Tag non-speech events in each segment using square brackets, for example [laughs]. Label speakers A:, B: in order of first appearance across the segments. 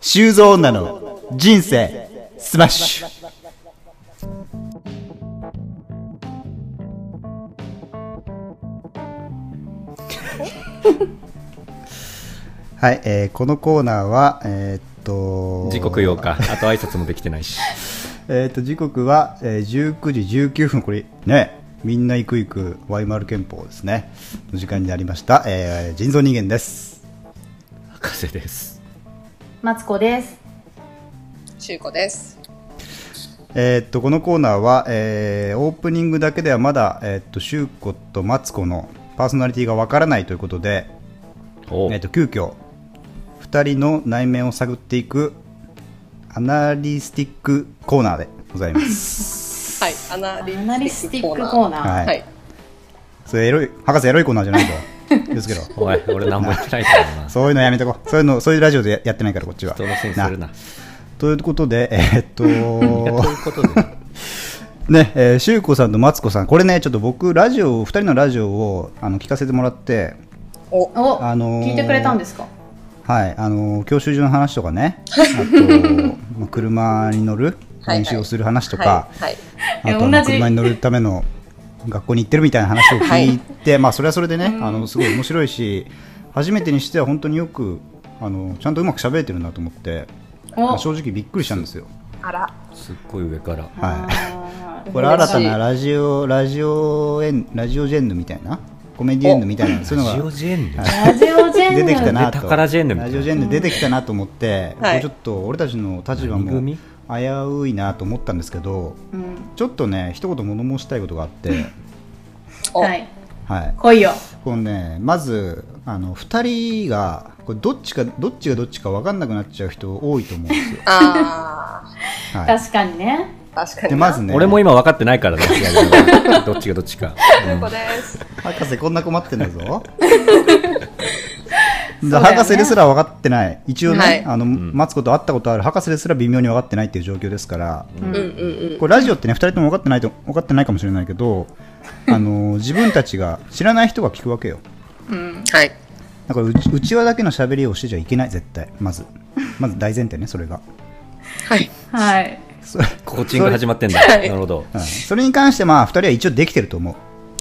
A: 修造女の人生スマッシュはい、えーこのコーナーはえーっと
B: 時刻用か。あと挨拶もできてない
A: [laughs]
B: し。
A: えーっと時刻は、えー19時19分これねみんな行く行くワイマル憲法ですねの時間になりました、えー人造人間です
B: 博士です。
C: マツコです。
D: しゅうこです。
A: えーっとこのコーナーは、えーオープニングだけではまだ、えーっとシュウコとマツコのパーソナリティがわからないということで、
B: おう
A: えーっと急遽2人の内面を探っていくアナリスティックコーナーでござい
B: [laughs]
A: ます。
D: はい、アナ
C: ア
D: リ
C: ナリス
D: ステ
C: テ
D: ィ
C: ィ
D: ッ
C: ッ
D: ク
C: ク
D: コ
C: コ
D: ー
C: ー
D: ナー。
C: ナー。
A: はい
D: はい、
A: それエロい博士エロいコーナーじゃ
B: [laughs]
A: ないぞ。気をつけろ。
B: おい、俺何も言ってないから
A: [laughs]
B: な。
A: そういうのやめとこう。そういうのそういうラジオでややってないからこっちは。
B: 人のせいにするな。
A: ということでえーっと
B: い [laughs] やということで、
A: ね、えー、シュウコさんとマツコさん、これね、ちょっと僕、ラジオ、2人のラジオをあの聞かせてもらって、
D: お、
C: お、
A: あのー
C: 聞いてくれたんですか。
A: はい、あの教習所の話とかね、あとまあ車に乗る
D: はいはい
A: 練習をする話とか、
D: はい、はい、
A: あ
C: い
A: と
C: や
A: あの
C: 同じ
A: 車に乗るための学校に行ってるみたいな話を聞いて、まあそれはそれでね、あのすごい面白いし、初めてにしては本当によくあのちゃんとうまく喋れてるなと思って、
C: お
A: まあ、正直びっくりしたんですよ。
D: あら、
B: すっごい上から。
A: はい。
C: あー
A: これ新たなラジオラジオエンラジオジェンヌみたいなコメディエンヌみたいなそういう
B: ジ
A: の
B: オ
A: が
B: ジェンヌ。
C: ラジオジェン
A: 出
C: ヌ
A: てきたな
B: で
A: と
B: 宝ジェンヌみたい
A: ラ
B: な
A: ジオジェンヌ出てきたなと思って、こ
D: はい
A: れちょっと俺たちの立場
B: 何
A: も
B: 組
A: 危ういなと思ったんですけど
C: うん
A: ちょっとね一言物申したいことがあ
B: [laughs]
A: って、
D: お、。
C: はい。
A: はい、
C: 来いよ。
A: このねまずあの2人がこれどっちかどっちがどっちか分かんなくなっちゃう人多いと思うん
C: [laughs]
A: ですよ
D: あ
A: はい、
C: 確かにね。
D: ー、確かに。
A: でまずね
B: 俺も今分かってないか
A: [laughs]
B: らね。いやいやどっちがどっちか。
D: しゅうこです。
A: 博士こんな困ってんだ
C: [laughs]
A: ぞ
C: そうだよね
A: 博士ですら分かってない一応ね、
D: はい
A: あのマツコと会ったことある博士ですら微妙に分かってないっていう状況ですから、
D: うん、うん、うん。
A: これラジオってね2人とも分かってないと分かってないかもしれないけ [laughs] どあの自分たちが知らない人が聞くわけよ
C: うん。
D: はい、
A: だからうちうちわだけの喋りをしてちゃいけない絶対まずまず大前提ねそれが
D: はい、
C: はい。
A: それ,、
B: コーチング始まってんだ。
D: はい
B: なるほど。
A: うんそれに関してまあ2人は一応できてると思う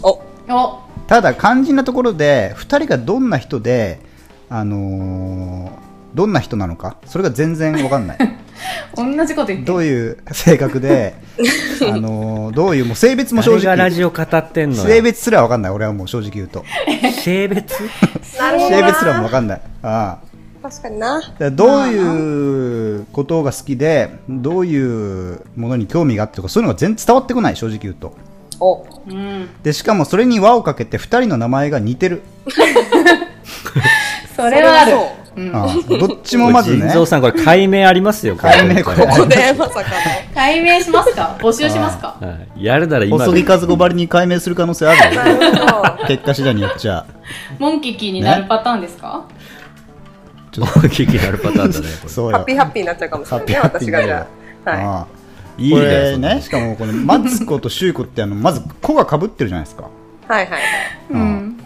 D: お、
C: お、
A: ただ肝心なところで2人がどんな人で、あのーどんな人なのかそれが全然わか [laughs] んない
C: 同じこと言って
A: ど
C: る。
A: ういう性格で、あのーどういうもう性別も正
B: 誰がラ
A: 直
B: ジオ語ってんの
A: 性
B: よ。
A: 別すらわかんない俺はもう正直 [laughs] 言うと
B: 性別
D: なるほど
A: 性別すらも
D: な。
A: わかんないああ
D: 確かにな。
A: だからどういうことが好きでどういうものに興味があってとかそういうのが全然伝わってこない正直言うと
D: お、
C: うん。
A: でしかもそれに輪をかけて2人の名前が似てる、
C: それはある
D: そ。れは
C: うん。
A: ああどっちも [laughs] まずね
B: 人造さん、これ解明ありますよ。
A: 解明これ
D: ここで [laughs] まさか
C: 解明しま
A: [laughs]
C: すか。募集しますか。
B: はいやるなら今
A: 細木和子ばりに解明する可能性あるよ
D: の。なるほ
A: 結果次第によっちゃ
C: モンキキになるパターンですか。
B: ちょっと聞きなるパターンだね。これ
A: そう
D: ど。ハ
A: よ
D: ッピーハッピーになっちゃうかもしれないね、私がじゃあ。はい
B: い
A: こ
B: いね
A: れ
B: そんな
A: ね
B: の
A: しかもこのマツコとシュウコってあのまず子がかぶってるじゃないですか
D: い、はい、はい。
C: うん。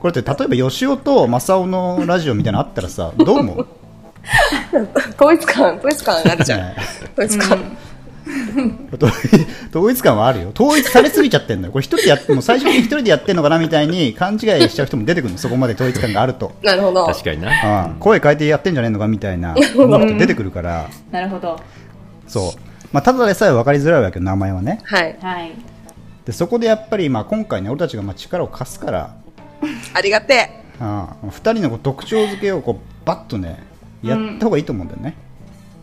A: これって例えばよしおとマサオのラジオみたいなのあったらさどう [laughs] 思う
D: 統一感、統一感あるじゃん。
A: ね
D: 統一感。
A: [laughs] 統一統一感はあるよ統一されすぎちゃってんのよこれ一人でやってもう最初に一人でやってんのかなみたいに勘違いしちゃう人も出てくるのそこまで統一感があると
D: なるほど。
B: 確か
A: [laughs]
B: にな。
A: ああ声変えてやってんじゃねえのかみたいなこと出てくるから
C: なるほど。
A: そう、まあ、ただでさえ分かりづらいわけよ名前はね
D: はい、
C: はい。
A: でそこでやっぱりまあ今回ね俺たちがまあ力を貸すから
D: ありがてえ。
A: ああ2人のこう特徴付けをこうバッとねやった方がいいと思うんだよね、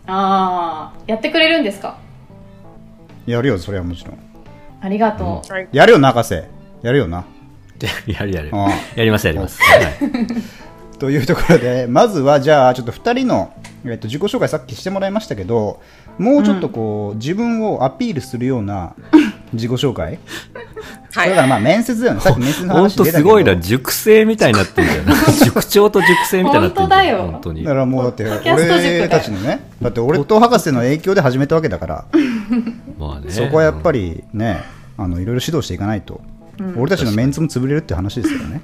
C: ああ、やってくれるんですか。
A: やるよそれはもちろん
C: ありがとう。
D: はい、
A: やるよな博士やるよな
B: やるやる
A: ああ。
B: やります、やります。はい
A: というところで [laughs] まずはじゃあちょっと2人の、えっと、自己紹介さっきしてもらいましたけどもうちょっとこう、自分をアピールするような自己紹介だ
D: は
A: か
D: い、
A: らまあ面接だよねさっき面接の
B: ほん
A: 話
B: と
A: 出たけど
B: すごいな、塾生みたいになってるじゃん。塾長と塾生みたいになってるじゃん。
C: 本当だよ
B: 本当に。
A: だからもうだって
C: キャスト塾だよ
A: 俺たちのねだって俺と博士の影響で始めたわけだから
B: まあね。
A: そこはやっぱ
B: り。
A: りね、あのいろいろ指導していかないと、俺たちのメンツも潰れるっていう話ですよね。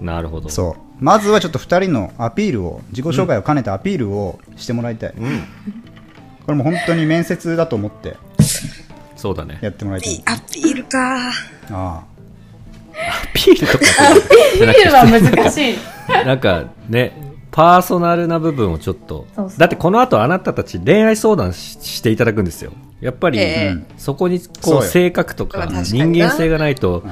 B: なるほど。
A: そうまずはちょっと2人のアピールを自己紹介を兼ねたアピールをしてもらいたい、
B: うん。
A: これもう本当に面接だと思って
B: そうだね。
A: やってもらいたい
D: アピールか。
A: あ
B: アピールとか
C: ビールは難しい。
B: [laughs] なんかね、パーソナルな部分をちょっと。
C: そうそう
B: だってこの後あなたたち恋愛相談ししていただくんですよ。やっぱり、
A: あ、う
D: え
A: ん
B: そこに
A: そう
B: こう
A: よ
B: 性格と
D: ま
B: か
D: あ確か
B: 人
D: にな
B: 間性がないと
A: うん、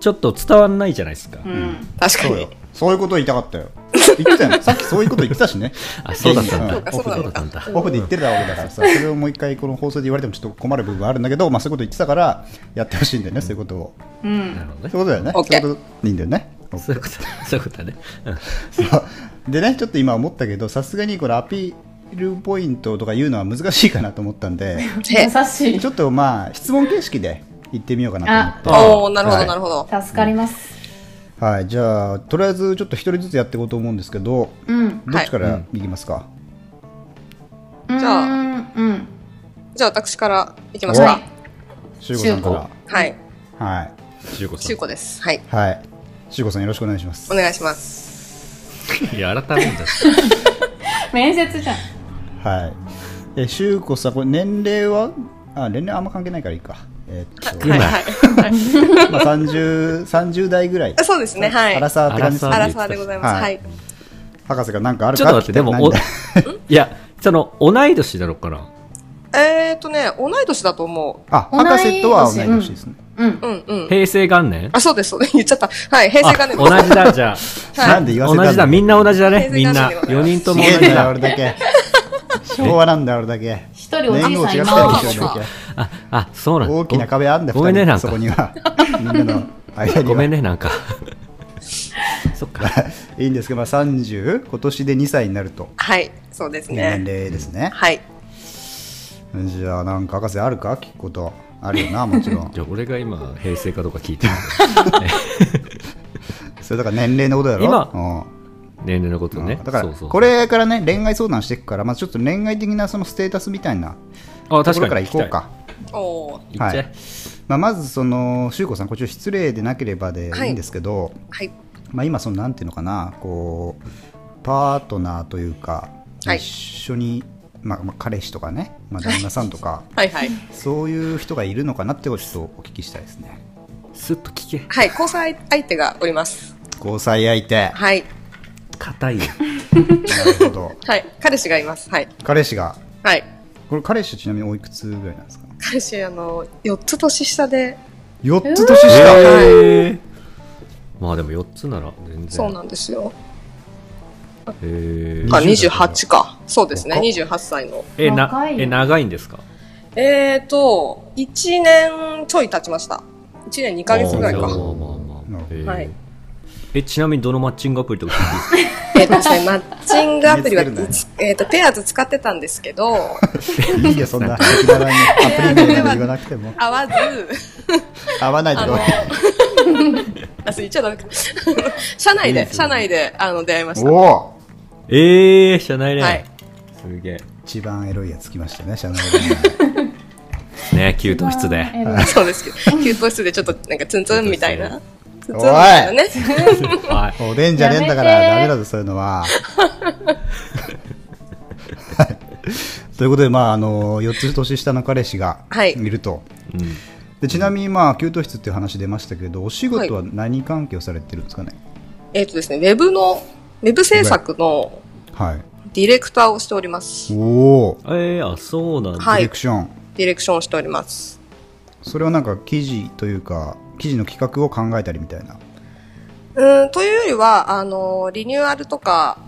B: ちょっと伝わんないじゃないですか。
C: うん。
D: 確か
A: そう
D: に
A: よ。そういうこと言いたかったよ言ってたよさっきそういうこと言ってたしね
B: あ、そうだったんだ。
A: そう
D: か
B: オフだ
D: そう
B: っ
D: か
B: たんだ。
A: オフで言ってたわけだからさそれをもう一回この放送で言われてもちょっと困る部分はあるんだけど、まあ、そういうこと言ってたからやってほしいんだよねそういうことを
C: うん。
B: なるほど
A: そういうことだよね
D: OK
A: そういうことでいいんだよね
B: ね。そういうことだ、そういうことだね。うん
A: そうでねちょっと今思ったけどさすがにこれアピールポイントとか言うのは難しいかなと思ったんで
D: え
C: 優しい
A: ち。ょっとまあ質問形式で言ってみようかなと思っ
D: おおなるほ
A: は
D: ど
A: い
D: なるほど。
C: 助かります。
A: てはいじゃあとりあえずちょっと一人ずつやっていこうと思うんですけど
C: うん。
A: どっちからいきますか、
C: じ
D: ゃあ
C: あ、うん。
D: じゃあ私からいきますか。
A: しゅうこさんか
D: はい。
A: らはい
B: 中古
D: しゅうこです。はい。
A: はいしゅうこさんよろしくお願いします
D: お願いします。
B: ん。いや、改めて。
C: 面接じゃん。
A: はい。え、しゅうこさん、これ年齢は、あ、年齢あんま関係ないからいいか。えーっと
D: [laughs]
B: くな
D: はいはい。
A: まあ、三十、三十代ぐらい。
D: [laughs] あそうですね。は
A: アラ
D: い。
A: サーって感じです
B: ア
A: ね
D: ア
B: ラサー
D: ラサーでございます。
A: は
D: はいい。
A: 博士がなんかあるか
B: ちょっと待って、でも、お
A: 聞きたくないんだ
B: いや、その、同い年だろうかな。
D: えーとね、同い年だと思
A: あ、博士とは同い年ですね。
C: うん
D: う。。うんうん。
B: 平成元年
D: あ、そうです、そうです。 [laughs] 言っちゃった。はい、平成元年
B: あ同じだ、じゃあ。
D: うん
A: なんで言わせた
B: 同じだ、みんな同じだね、みん
D: 平成元
B: な
D: 年で。ござい
B: 4
D: ま
A: すげえん
B: 人とも同
D: す
B: じ
A: だよ、
B: だ。
A: 俺だけ。昭和なんだよ、俺だけ。
C: 一人おじいさん
A: 年
C: い
A: 号違って
C: ま
A: るんで
C: す
A: しょ、俺だ
B: あ、あ、そうな
A: け。
B: んだ。
A: 大きな壁あんだよ、
B: ごめんね、
A: 二人
B: なん
A: そ
B: か
A: こ。には。みんなの間には。
B: ごめんね、なんか。 [laughs] そっか。
A: [laughs] いいんですけど、まあ、30、今年で2歳になると
D: はい、そうです
A: 年
D: ね。
A: 齢ですね。
D: はい。
A: じゃあ、なんか博士あるか聞くこと。あるよな、もち
B: [laughs]
A: ろん。
B: じゃあ、俺が今、平成かどうか聞
A: [laughs]
B: いてる。
A: それだから年齢のことだろ
B: 今
A: うん
B: 年齢のことね。
A: だから
B: そうそうそう
A: これからね恋愛相談していくからまずちょっと恋愛的なそのステータスみたいな
B: あ、
A: と
B: 確
A: こ
B: か
A: ろ
B: に。
A: からいこうか、
D: おー
B: 聞きたい。
A: はいまあ、まずそのしゅうこさんこっち失礼でなければで
D: はい
A: いいんですけど、
D: はい。
A: まあ、今そのなんていうのかなこうパートナーというか、
D: はい
A: 一緒に、まあ、まあ彼氏とかね、まあ、旦那さんとか
D: はいはい。
A: そういう人がいるのかなってちょっとお聞きしたいですね
B: すっと聞け。
D: はい、交際相手がおります。
A: 交際相手な
D: はい。
B: 硬いよ。
A: るほど [laughs]
D: はい。彼氏がいます。はい。
A: 彼氏が
D: はい。
A: これ彼氏ちなみにおいくつぐらいなんですか
D: 彼氏、あの、4つ年下で、
A: 4つ年下、 [laughs]
B: へーまあでも4つなら全然。
D: そうなんですよ。
B: へー
D: あ、
A: 20だ
D: 28か。そうですね。
A: 若っ
D: 28歳の。
B: え、な、
C: 若いよ
B: え、長いんですか
D: えーと、1年ちょい経ちました。1年2ヶ月ぐらい
B: まあ
D: か。
B: まあまあまあ
A: なるほど
B: へー
D: はい
B: え、ちなみにどのマッチングアプリとか聞いていいですか
D: えっとですね、マッチングアプリは、
A: 見つ
D: えっと、ペアーズ使ってたんですけど、
A: いいよ、そんな、赤裸々にアプリ名なんて言わなくても。[laughs]
D: 合わず、
A: 合わないと
D: あ
A: ど
D: の
A: う、
D: あ、そう言っちゃダメか。 [laughs] 社内で、社内で、あの、出会いました。
A: おお
B: [laughs] えー、社内恋
D: はい
B: 愛。すげ
A: 一番エロいやつ来ましたね、社内
B: え。ね、給湯室で。
C: えー
D: そうですけど、給湯室でちょっとなんかツンツンみたいな。ツンツン
A: おい
D: みたいなね。
B: [laughs] はい。
A: で。おでんじゃねえんだか
C: やめ
A: ら、
C: て
A: ダメだぞ、そういうのは。 [laughs] ということで、まあ、あの、4つ年下の彼氏が
D: はい
A: いると。
B: うん
A: でちなみに、まあ、給湯室っていう話出ましたけど、お仕事は何関係をされてるんですかね。
D: えっ、とですね、ウェブの、ウェブ制作の
A: はい。
D: ディレクターをしております。
A: おお、
B: えー、あ、そうなんだ。
A: デ
D: は
A: ィ
D: い
A: レクション。
D: ディレクションをしております。
A: それはなんか、記事というか、記事の企画を考えたりみたいな。
D: うーん、というよりは、あの、リニューアルとか、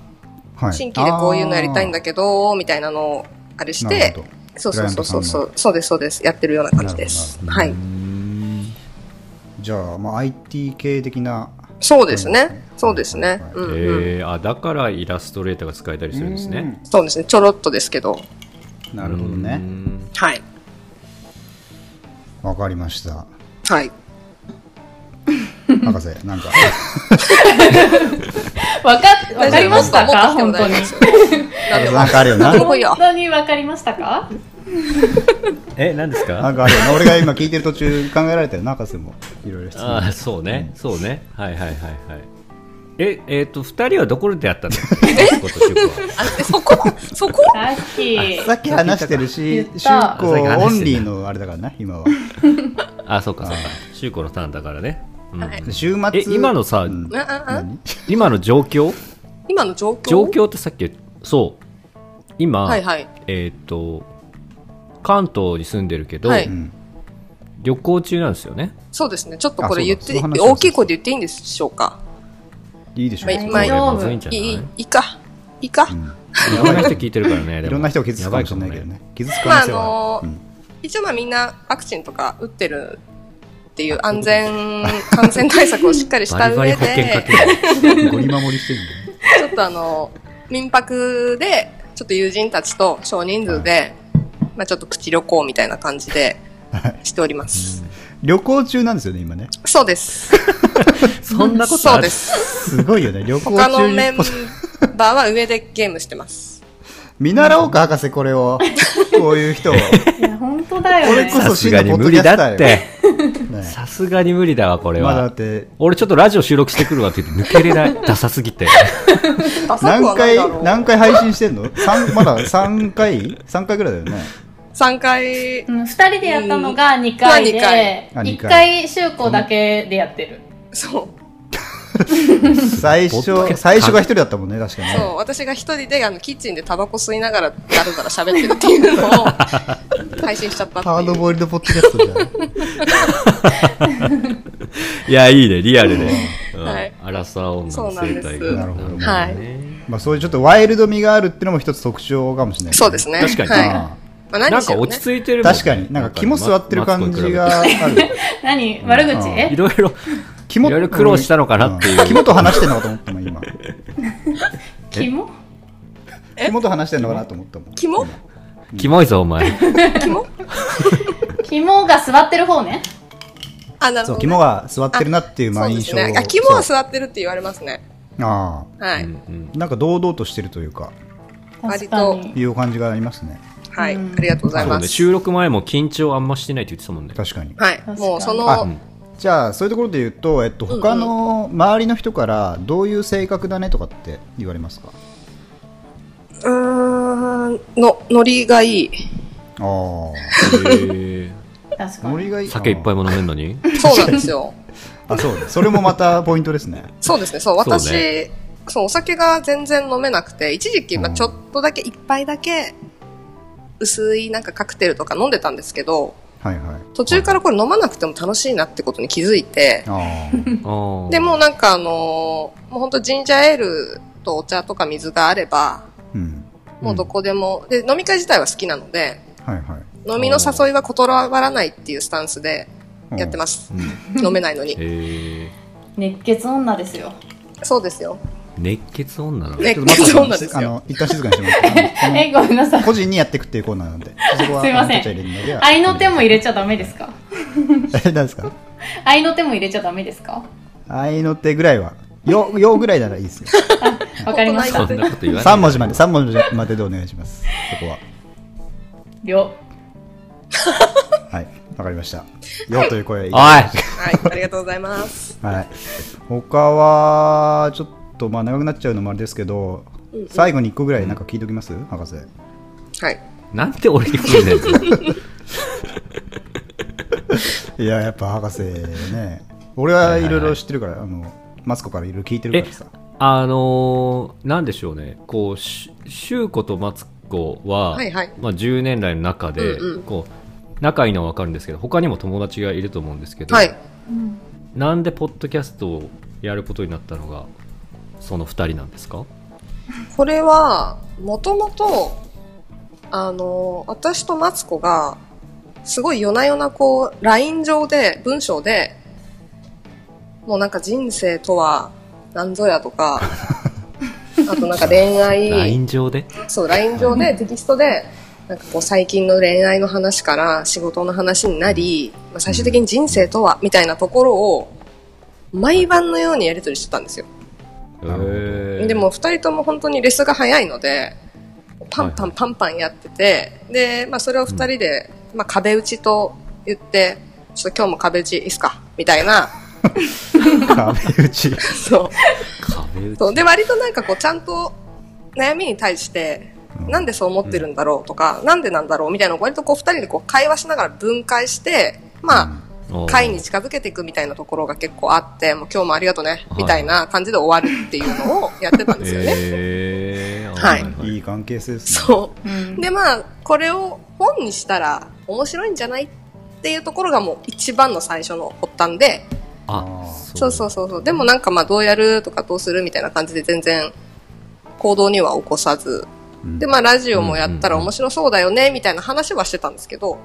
A: はい。
D: 新規でこういうのやりたいん
A: だ
D: だけど、みたいなのを、あれして、そう
A: クラ
D: そうそうそう
A: イアントさ
D: そ
A: ん
D: う、そうです、そうです。やってるような感じです。は
B: う
D: い
B: ー。ん
A: じゃあ、まあ、IT 系的な
D: そうですね。そうですね。うん、うん。
B: えー、あ、だからイラストレーターが使えたりするんですね。
D: そうですね。ちょろっとですけど。
A: なるほど
B: うー
A: ね
B: ん。
D: はい。
A: わかりました
D: はい。
A: 博士なんか [laughs]
C: わかっ、わかりましたか
D: もっ
C: 本当
D: と来ても大丈夫
C: に。
D: です
A: 博
D: よ
A: 士なんかあるよな
D: すごいよ
C: 本当にわかりましたか
B: え、何です
A: な
B: か
A: んかあるよな俺が今聞いてる途中考えられたよな博士もいろいろ質問
B: あ、そうね。そうね。はいはいはいはい。え、えっ、と、二人はどこでやった
D: [laughs]
B: のえこと中古は
D: あえそこそこ
C: さっき。
A: さっき話してるし
C: 言っ
A: 中
C: た
A: 古オンリーのあれだからな今は
B: あ、そうか、そうか。中古のターンだからね。うん
D: はい
A: 週末
B: え、今のさ、
A: うん
D: うんうんうん
A: [laughs] 何
B: 今の状況
D: 今の状況
B: 状況ってさっき、そう。今、
D: はいはい。
B: えっ、と、関東に住んでるけど、
D: はい
A: うん
B: 旅行中なんですよね。
D: そうですね。ちょっとこれ
A: あ
D: 言って、
A: そうだその話
D: 大きい声で言っていいんでしょうか。
A: いいでしょ
D: まあ
A: そこ
D: まあ
A: は
D: 大
B: こ
D: 丈
B: れ
C: 夫
B: まずいんじゃ
D: い
B: ないい、
D: いいかいいか、
A: うん
B: いろんな人聞いてるからね。でも
A: いろんな人を傷つくかもしれないけど
B: やば
A: ね傷つく可
D: ま
A: 能
D: ああ
A: 性は
D: の
A: あるうん
D: 一応まあみんなワクチンとか打ってるっていう安全、感染対策をしっかりし
B: かも
D: た
B: ねバリ
D: 上
B: バリ保険か
D: で、
B: ける。
A: ゴリ守りしてるんだよね
D: ちょっとあの、民泊で、ちょっと友人たちと少人数で、まあちょっとプチ旅行みたいな感じでしております。
A: 旅行中なんですよね今ね
D: そうです。
B: そんなことあ
D: そう
B: る
D: です。
A: すごい
D: [laughs]
A: よね旅行
D: 他の
A: 中
D: メン
A: に
D: バーは上でゲームしてます。
A: 見習おうか博士これをこういう人
B: [laughs]
A: を
C: いや、本当だよ
A: これ
C: ね。
A: こ
B: さすがに無理だって。
A: ね
B: さすがに無理だわ、これ
A: まだだ
B: は
A: っ。て
B: [laughs] 俺ちょっとラジオ収録してくるわって言って抜けれない。ダサすぎて。
D: ダサく
A: 何
D: はないだろ
A: 回
D: う
A: 何回配信してんの三まだ3回3回ぐらいだよね
D: 3回
C: うん、二人でやったのが2回
D: うんあ
C: で
A: 二回あ、
C: 一
A: 二回
C: 回、修子だけでやってる。
D: そう。
A: 最初最初が一人だったもんね確かに
D: そう、私が一人であのキッチンでタバコ吸いながらだるだら喋ってるっていうのを配信しちゃったって
A: ハー
D: い
A: ド
D: う。
A: ボイルドポッドキャストじゃん
B: いや、いいね、リアルで。うん
D: はい
B: アラサー音楽の生
A: なん
B: 態
D: そう
A: ですなるほど
D: はい
B: ね
A: まあそういうちょっとワイルド味があるってのも一つ特徴かもしれない
D: そうです
A: ね
D: ね。
B: 確かに
D: はい。
A: あ
D: まあ、
B: な
D: 何
B: ん
D: し
B: か
D: ろ、ね、
B: 落ち着いて
A: あ
B: るもんね
A: 確かになんか肝座ってる感じ
B: マツコに比べて
A: がある
C: 何悪口
A: うん
C: え
B: いろいろ、
A: 肝
B: いろいろ苦労したのかなっていう
A: うん肝と話してんのかと思ったもん今
C: キモ
A: 肝と話してんのかなと思ったもん
D: キモ
B: キモいぞ、お前。
D: キモ
C: キモが座ってる方ね。
D: あ、なる
A: そ
D: ほ
A: う
D: ど、
A: 肝が座ってるなっていうまあ
D: そうで
A: 印
D: す
A: 象
D: ね。あ、キモは座ってるって言われますね。
A: そうあ
D: はい。
B: うんうん
A: あなんか堂々としてるというか
C: 確
D: 割と
C: かに。
A: いう感じがありますね
D: はい。あ
C: うん
D: りがとうござい
B: そう
D: ます。
B: ね、収録前も緊張あんましてないって言ってたもんね。
A: 確かに
D: はい。
C: かに
D: もうそ
A: あ
D: の、
A: じゃあそういうところで言うと、えっと、
D: うん
A: 他の周りの人からどういう性格だねとかって言われますか
D: うーん、の、ノリがいい。
A: ああ
B: へー
C: 確か
A: ノ
C: に。
A: リがいい
B: 酒いっぱい
A: い
B: も飲めんのに。
D: そうなんで
B: [laughs]
D: すよ。
A: あそうねそれもまたポイントですね
D: そうですね。そう、
B: そうね
D: 私、そう,、お酒が全然飲めなくて、一時期、まあ
A: うん
D: ちょっとだけ、一杯だけ、薄いなんかカクテルとか飲んでたんですけど、
A: はいはい
D: 途中からこれ飲まなくても楽しいなってことに気づいて、
A: あ
B: ああ
D: で、もうなんかあのーもうほんとジンジャーエールとお茶とか水があれば、
A: あうん
D: もうどこでも、で、飲み会自体は好きなので、
A: はいはい
D: 飲みの誘いは断らないっていうスタンスでやってます。飲めないのに。
B: へー
C: 熱血女ですよ。
D: そうですよ。
B: 熱血女なの
D: ね
A: ちょっと待って
D: そうなんです
A: あ
D: よ。
A: の一旦静かにしてもらってあの
C: え、ごめんなさ
A: この
C: い。
A: 個人にやっていくっていうコーナーなんでそこは
C: すいません
A: あのちゃちゃ入れるので
C: 愛の手も入れちゃダメですか
A: え [laughs] 何ですか
C: 愛の手も入れちゃダメですか
A: 愛の手ぐらいはよよぐらいならいいですよ
C: わかりまし
B: そ
C: た
B: ん。なこと言わない。
A: 3文字まで3文字まででお願いしますそこは
C: りょ。
A: はいわかりましたよという声
B: おい
D: はい、ありがとうございます。
A: はい、他はちょっとまあ長くなっちゃうのもあれですけど、最後に1個ぐらいなんか聞いておきます、博士
D: はい。
B: なんで俺に来るんだよ。
A: いややっぱ博士 [laughs] ね俺はいろいろ知ってるから、あのマツコからいろいろ聞いてるからさ
B: あのー、なんでしょうね、こう、しシュウコとマツコは、
D: はいはい
B: まあ、10年来の中で、
D: うんうん
B: こう、仲いいのはわかるんですけど、他にも友達がいると思うんですけど、
D: はい。
B: なんでポッドキャストをやることになったのが、その二人なんですか
D: これは、もともと、あの、私とマツコが、すごい夜な夜なこう、LINE 上で、文章で、もうなんか人生とは何ぞやとか、あとなんか恋愛、
B: ?LINE 上で
D: そう、LINE 上でテキストで、なんかこう最近の恋愛の話から仕事の話になり、まあ、最終的に人生とは、みたいなところを、毎晩のようにやりとりしてたんですよ。
A: なるほど
B: へー
D: でも2人とも本当にレスが早いのでパンパンパンパンやってて、で、まあ、それを2人で、まあ、壁打ちと言ってち
A: [laughs]
D: ょっと今日も壁打ちいいっすかみたいな
A: 壁打ち
D: [laughs] そう
B: 壁壁打ち
D: そうで割となんかこうちゃんと悩みに対して
A: うん
D: なんでそう思ってるんだろうとか、なんでなんだろうみたいなのを割とこう2人でこう会話しながら分解してまあ会に近づけていくみたいなところが結構あってもう今日もありがとうね
B: はい
D: みたいな感じで終わるっていうのをやってたんですよね。
B: えー、
D: はい
A: いい関係性ですね。
D: そう
C: うん
D: でまあこれを本にしたら面白いんじゃないっていうところがもう一番の最初の発端で
B: あ
D: そうそうそうそうでもなんかまあどうやるとかどうするみたいな感じで全然行動には起こさず
A: うん
D: でまあラジオもやったら面白そうだよねみたいな話はしてたんですけど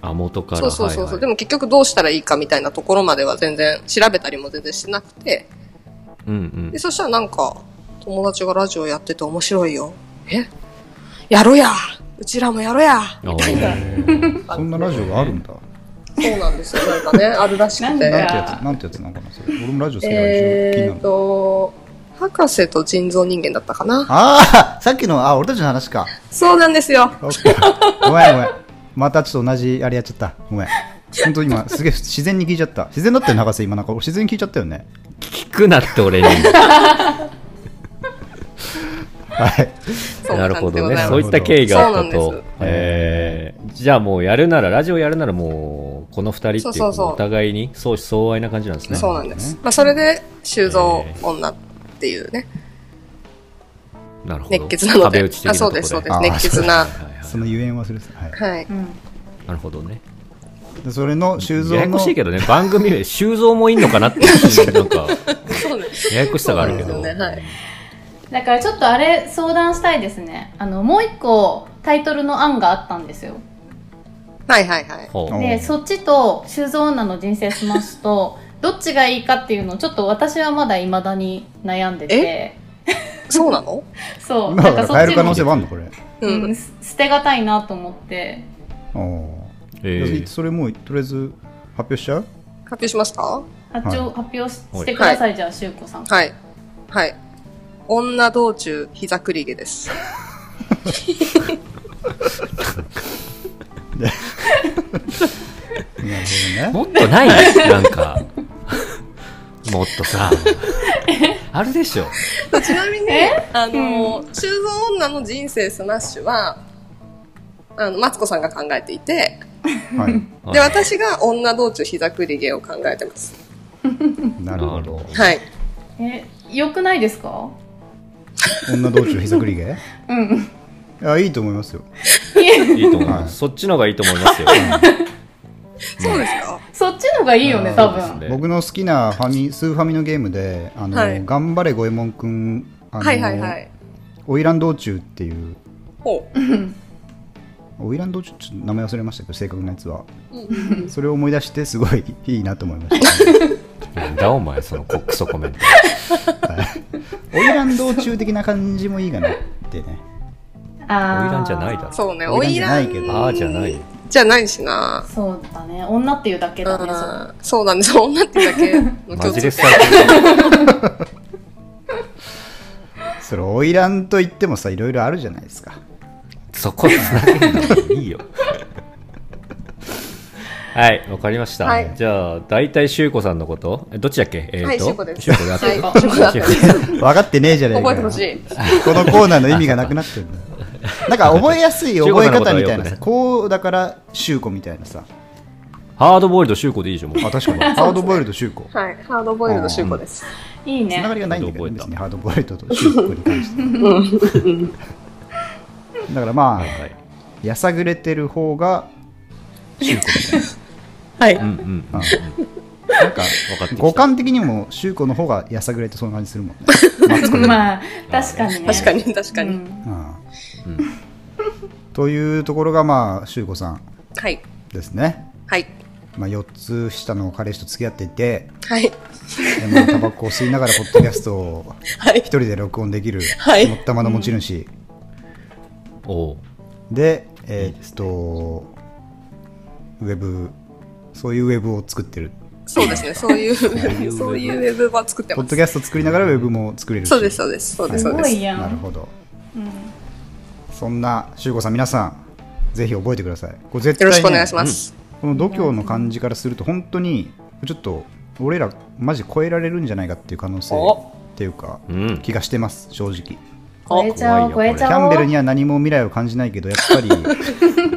B: あ元から
D: そうそうそうそうで
B: も、
D: も結局どうしたらいいかみたいなところまでは全然調べたりも全然してなくて
B: うんうん
D: で、そしたらなんか、友達がラジオやってて面白いよ。えやろやうちらもやろやみたいな。
A: [laughs] そんなラジオがあるんだ。
D: そうなんですよ。なん [laughs] かね、あるらしく
A: なんて
D: て。
C: か
A: やつ、なんてやつなのかな、それ。俺もラジオ好きだから一
D: え
A: 応気
D: ー
A: になる。
D: と、博士と人造人間だったかな。
A: ああ、さっきの、あ、俺たちの話か。
D: そうなんですよ。
A: オッケーごめんごめん。またちょっと同じあれやっちゃった。ごめん。本当今、すげえ自然に聞いちゃった。自然だったよね、博士。今なんか、自然に聞いちゃったよね。
B: 聞くなって俺に
A: はい。
D: [laughs] そう
B: なる
D: 感
B: ほ
D: じで
B: ど
D: ご
B: ね
D: ざい
A: そ
D: ま
B: そうういった経緯があった
D: そうなん
B: と
D: です
B: えーじゃあもうやるならラジオやるならもうこの二人ってい
D: そうそう
B: う
D: そう
B: お互いに相思相愛な感じなんですね
D: す。そうなんです。まあ、それで、修造女っていうね、
B: なるほど
D: 熱血なの
B: 壁
D: で
B: 打ち。的な
D: あ、
B: と
D: そ
B: こ
D: うです、そうで
A: あ
D: す。
A: ー
D: 熱血
B: は。
D: ない
B: はいはい
A: そのゆえん忘れてた。はい。
D: はい。
C: うん
B: なるほどね
A: でそれの修造
B: ややこ
A: の
B: しいけどね番組名修造もいんのかな
D: [laughs]
B: ってなんか
D: [laughs] そうね。
B: ややこしさがあるけ
D: そ
B: ど
D: うですよねはい
C: だからちょっとあれ相談したいですねあのもう一個タイトルの案があったんですよ
D: はいはいはい。
B: ほう
A: うん
C: でそっちと「修造女の人生スマッシュ」とどっちがいいかっていうのをちょっと私はまだ未だに悩んでて
D: そうなの
C: そう
A: 今
C: な
A: だか
C: んからそ
A: 変え
C: っ
A: る
C: ち
A: 可
C: も
A: 能性もあるのこれ。
D: う
C: うんん。す捨てがたいなと思って
A: おー
B: えー
A: それもうとりあえず発表し
B: [laughs]
A: ちゃう
D: 発表しますか
C: 発表,、
A: はい
C: 発表し
B: はい
C: してください、じゃあしゅうこさん
D: はい。はい。女道中、膝くり毛です。
A: なるほどね。
B: もっとない [laughs] なんか。もっと
D: [laughs]
B: さ。あるでしょ。
D: ちなみに、あの、修造女の人生スマッシュは、あの、マツコさんが考えていて、
B: [laughs]
A: はい。
D: で、私が女道中、膝くり毛を考えてます。
A: なるほど。
D: はい。
C: えよくないですか
A: 女同士の膝くり毛
C: うん
A: あ、いいと思いますよ。
B: いいと思い
A: は
B: ま
A: い
B: す。そっちの方がいいと思いますよ。
D: そうですか
C: そっちのがいいよね
A: あー
C: 多
B: そうです
C: 分
B: ね
A: 僕の好きなファミ、スーファミのゲームで、あの、
D: はい
A: 頑張れ五右衛門くん、あの、
D: はいはいはい。
A: オイラン道中っていう、
D: ほう。
A: オイラン道中、ちょっと名前忘れましたけど、正確なやつは。
D: うん
A: それを思い出して、すごい [laughs] いいなと思いま
D: [laughs]
A: した。
B: なんだお前、そのコクソコメント。
A: オイラン道中的な感じもいいかなってね。
C: あ
B: 花
C: あ
B: 魁じゃないだろ
D: そうね、
A: 花
D: お
A: 魁
D: い
A: じゃな
D: ら
A: い
D: ん
A: けど
B: ああじゃない。
D: じゃないしな。
C: そうだね女っていうだけだねそれ
D: あーそうなんです。女ってだけの
B: マ
D: 共
B: ジレ
D: 通
B: スされ
A: それ、オイランといってもさ、いろいろあるじゃないです
D: [laughs]
A: か。
B: そこ繋げるのいいよ。 [laughs] はい、わかりました。
D: はい
B: じゃあ、大体、しゅうこさんのこと、えどっちだっけえーと、
D: はい、シュウコです。
B: しゅうこで合ってる
D: はいシュウコで合ってる
A: 分かってねえじゃねえか
D: 覚え
A: よ。
D: てほしい。
A: このコーナーの意味がなくなってるんだよなんか覚えやすい覚え方みたいなさ
B: 中国のことはよくね
A: こうだから修子みたいなさ
B: ハードボイルドしゅうこでいいじゃん、もう。
A: あ確かにハードボイルド修子
D: はい、ハードボイルドシュウコです。
C: いい
A: つなが
C: ね
A: りがないんだけどね
B: ちゃ
A: 別
B: んと覚えた
A: にハードボイルドと修子に関してだからま
B: はい
A: あ
B: はい。
A: やさぐれてる方が
D: はい。
B: うんうん。
A: うん
B: わ
A: なんか
B: かってきた。
A: 五感的にも修子の方がやさぐれてそうな感じするもんねマツコより
C: まあ確かにね
D: 確かに、確かに。
C: うん
A: うん
B: うん
A: というところがまあ修子さん
D: はい。
A: ですね
D: はい。
A: まあ4つ下の彼氏と付き合っていて
D: はい。
A: でもタバコを吸いながらポッドキャストを
D: はい
A: 一。人で録音できる、
D: はい
A: もったまの持ち主、
B: おう
A: で、えーっと、ウェブ、そういうウェブを作ってる。
D: そうですね、そういう、
B: いう
D: そういうウェブ版作って
A: ポッ
D: ま
A: ド
D: す。
A: キャスト作りながらウェブも作れるし
D: そうです、そうです、そうです、
C: す
D: そう
C: ご
D: で
C: い
D: す。
C: やん
A: なるほど。
C: うん
A: そんな、修吾さん、皆さん、ぜひ覚えてください。これ絶
D: よ
A: 対ね、
D: ろしくお願いします。
A: この度胸の感じからすると、本当に、ちょっと、俺ら、マジ超えられるんじゃないかっていう可能性
D: お
A: っていうか
B: うん
A: 気がしてます正直
C: 超えちゃおう、超
B: 怖い
C: え
B: よ
C: ち
A: キ
C: ゃ
A: ャ
C: お
A: ン
C: う。
A: ベルには何も未来を感じないけどやっぱ
C: [laughs]
A: り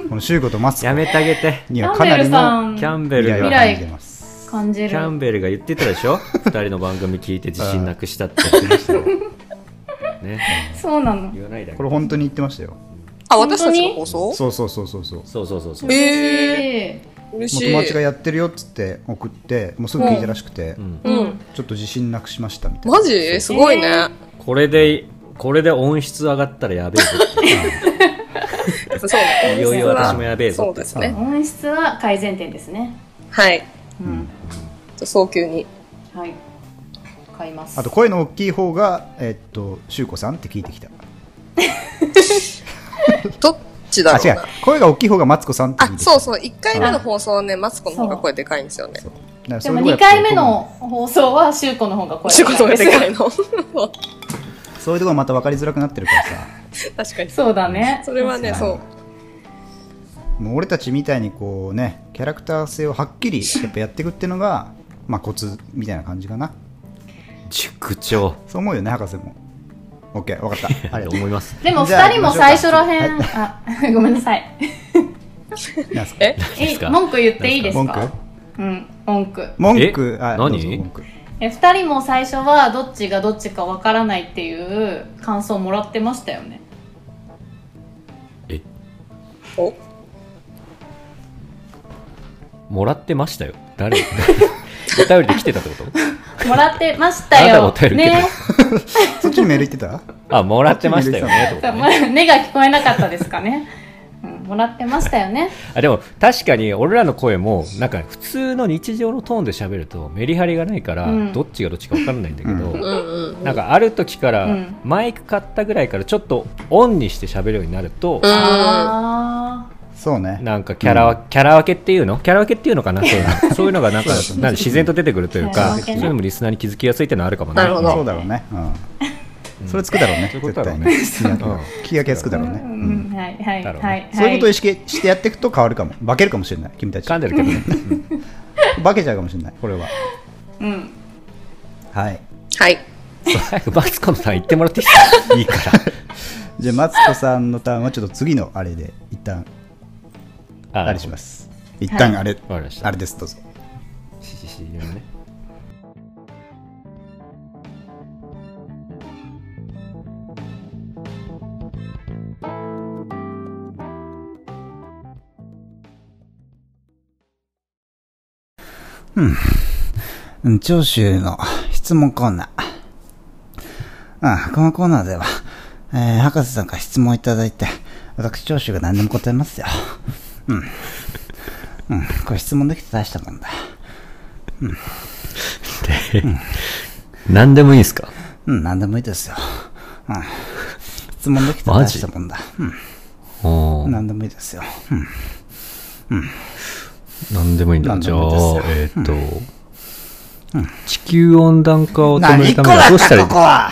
A: このシューゴとマツコ
B: やめてあげて
A: にはかなり
C: キャ
A: の
C: ンベル
B: キャ
A: 未来
B: ンベル
C: さん
A: を
B: が
C: 未来
A: 感じてます
C: 感じ
B: キャン
C: る。
B: ベルが言ってたでしょ二人の番組聞いて自信なくしたってね
C: そうなの。
B: 言わないだけ
A: これ本当に言ってましたよ
D: あ、
C: 本
D: 私
C: 当
D: た
C: に
D: ちの放送
A: そうそうそうそうそう
B: そうそうそうそう、
D: え
C: ー、
D: 嬉
A: もう
D: しい。
A: 友達がやってるよっつって送ってもうすぐ聞いたらしくて、
B: うん、
D: うん。
A: ちょっと自信なくしましたみたいな
D: マジすごいね。
C: え
B: これでこれで音質上がったらや
D: [laughs]
B: べえぞって
D: そうね。
B: いよいよ私もやべえぞ
D: そう
B: って
D: ですね。
C: 音質は改善点ですね。
D: はい。
C: うん。
D: 早急に。
C: はい。買います。
A: あと声の大きい方がえっとシュウコさんって聞いてきた
D: どっちだ
A: あ
D: ろう
A: 違う
D: な。
A: 声が大きい方がマツコさんって聞い
D: あ、
A: てきた
D: そうそう。1回目の放送はね、マツコの方が声でかいんですよね。
A: だから
C: で
A: そう
C: も
A: いうとこや
C: 2
A: っぱ
C: 回目の放送はシュウコの方が
D: [laughs]
C: 声
D: 仕事がでか
C: い。
D: いの。 [laughs]
A: そういうところまた分かりづらくなってるからさ
D: 確かに。
C: そうだね。
D: それはね、
A: はい
D: そう。
A: もう俺たちみたいにこうねキャラクター性をはっきりやっぱやっていくっていうのがまあコツみたいな感じかな
B: 塾長
A: そう思うよね博士も OK 分かった
B: [laughs]
A: ありがとう
B: 思います
C: でも
A: じゃあ
C: 2人も最初らへん、あ、ごめんなさい。
A: [laughs] なんすか
D: え
B: です
C: え
B: か、
C: 文句言っていいです
A: 文
C: か
A: 句
C: うん、文句。
A: 文句
B: え
A: あ
B: 何
A: どうぞ文句
C: え、2人も最初はどっちがどっちかわからないっていう感想もらってましたよね。
B: え
D: お
B: もらってましたよ誰 [laughs] お便りで来てたってこ
C: もらってました
B: あなた
C: よ
B: お。便り
C: ね。
A: そっちにメール言ってた
B: とあもらってましたよねってことね
C: [laughs] 目が聞こえなかったですかね。うん、もらってましたよね。
B: あでも確かに俺らの声もなんか普通の日常のトーンで喋るとメリハリがないから、
C: うん
B: どっちがどっちか分からないんだけど、
D: うんうん。
B: なんかある時から、
C: うん
B: マイク買ったぐらいからちょっとオンにして喋るようになると、
D: うん。
C: あ
A: そうね
B: なんかキャラは、キャラ分けっていうのキャラ分けっていうのかなそういうのそういうのがなんか
A: そう
B: なんか自然と出てくるという
C: キャラ
B: か、そ
C: 分
B: う
C: け
B: い
C: ね
B: うのもリスナーに気づきやすいっていうのはあるかもね
D: なるほど
A: そうだろうねうんそれつくだろうね
B: そういうこ
A: 絶
B: とだろ
A: 対
B: う
A: に
B: ね
A: 聞
B: [laughs]
A: き分けつくだ
C: ー
A: ろうね
C: う
A: うん
C: んうんはいはい
B: だろうね
C: はい。
A: そういうことを意識してやっていくと変わるかも化けるかもしれない君たち
B: 噛んでるけどね、
A: 化けちゃうかもしれないこれは
C: うん。
A: はい
D: はい。
B: うん早くマツコのさん言ってもらっていいですかいいから
A: じゃあマツコさんのターンはちょっと次のあれで一旦
B: あ
A: あれします一旦あれ、
B: わかりました
A: あれですどうぞ
B: しししいろいろね
A: うん、長州の質問コーナー。うん、このコーナーでは、えー、博士さんから質問をいただいて、私長州が何でも答えますよ。うん。うん、これ質問できて大したもんだ。
B: 何でもいいですか
A: うん、何でもいいですよ。うん。質問できて大したもんだ。
B: お
A: う
B: ー
A: ん、何でもいいですよ。うん。
B: 何でもいいんだ。
A: 何で
B: じゃあ
A: もいいです、
B: えーっと、地球温暖化を止め
A: 何
B: る
A: 個
B: ためには
A: だ
B: ど
A: っ
B: うした
A: た
B: らい
A: こ
B: い
A: こは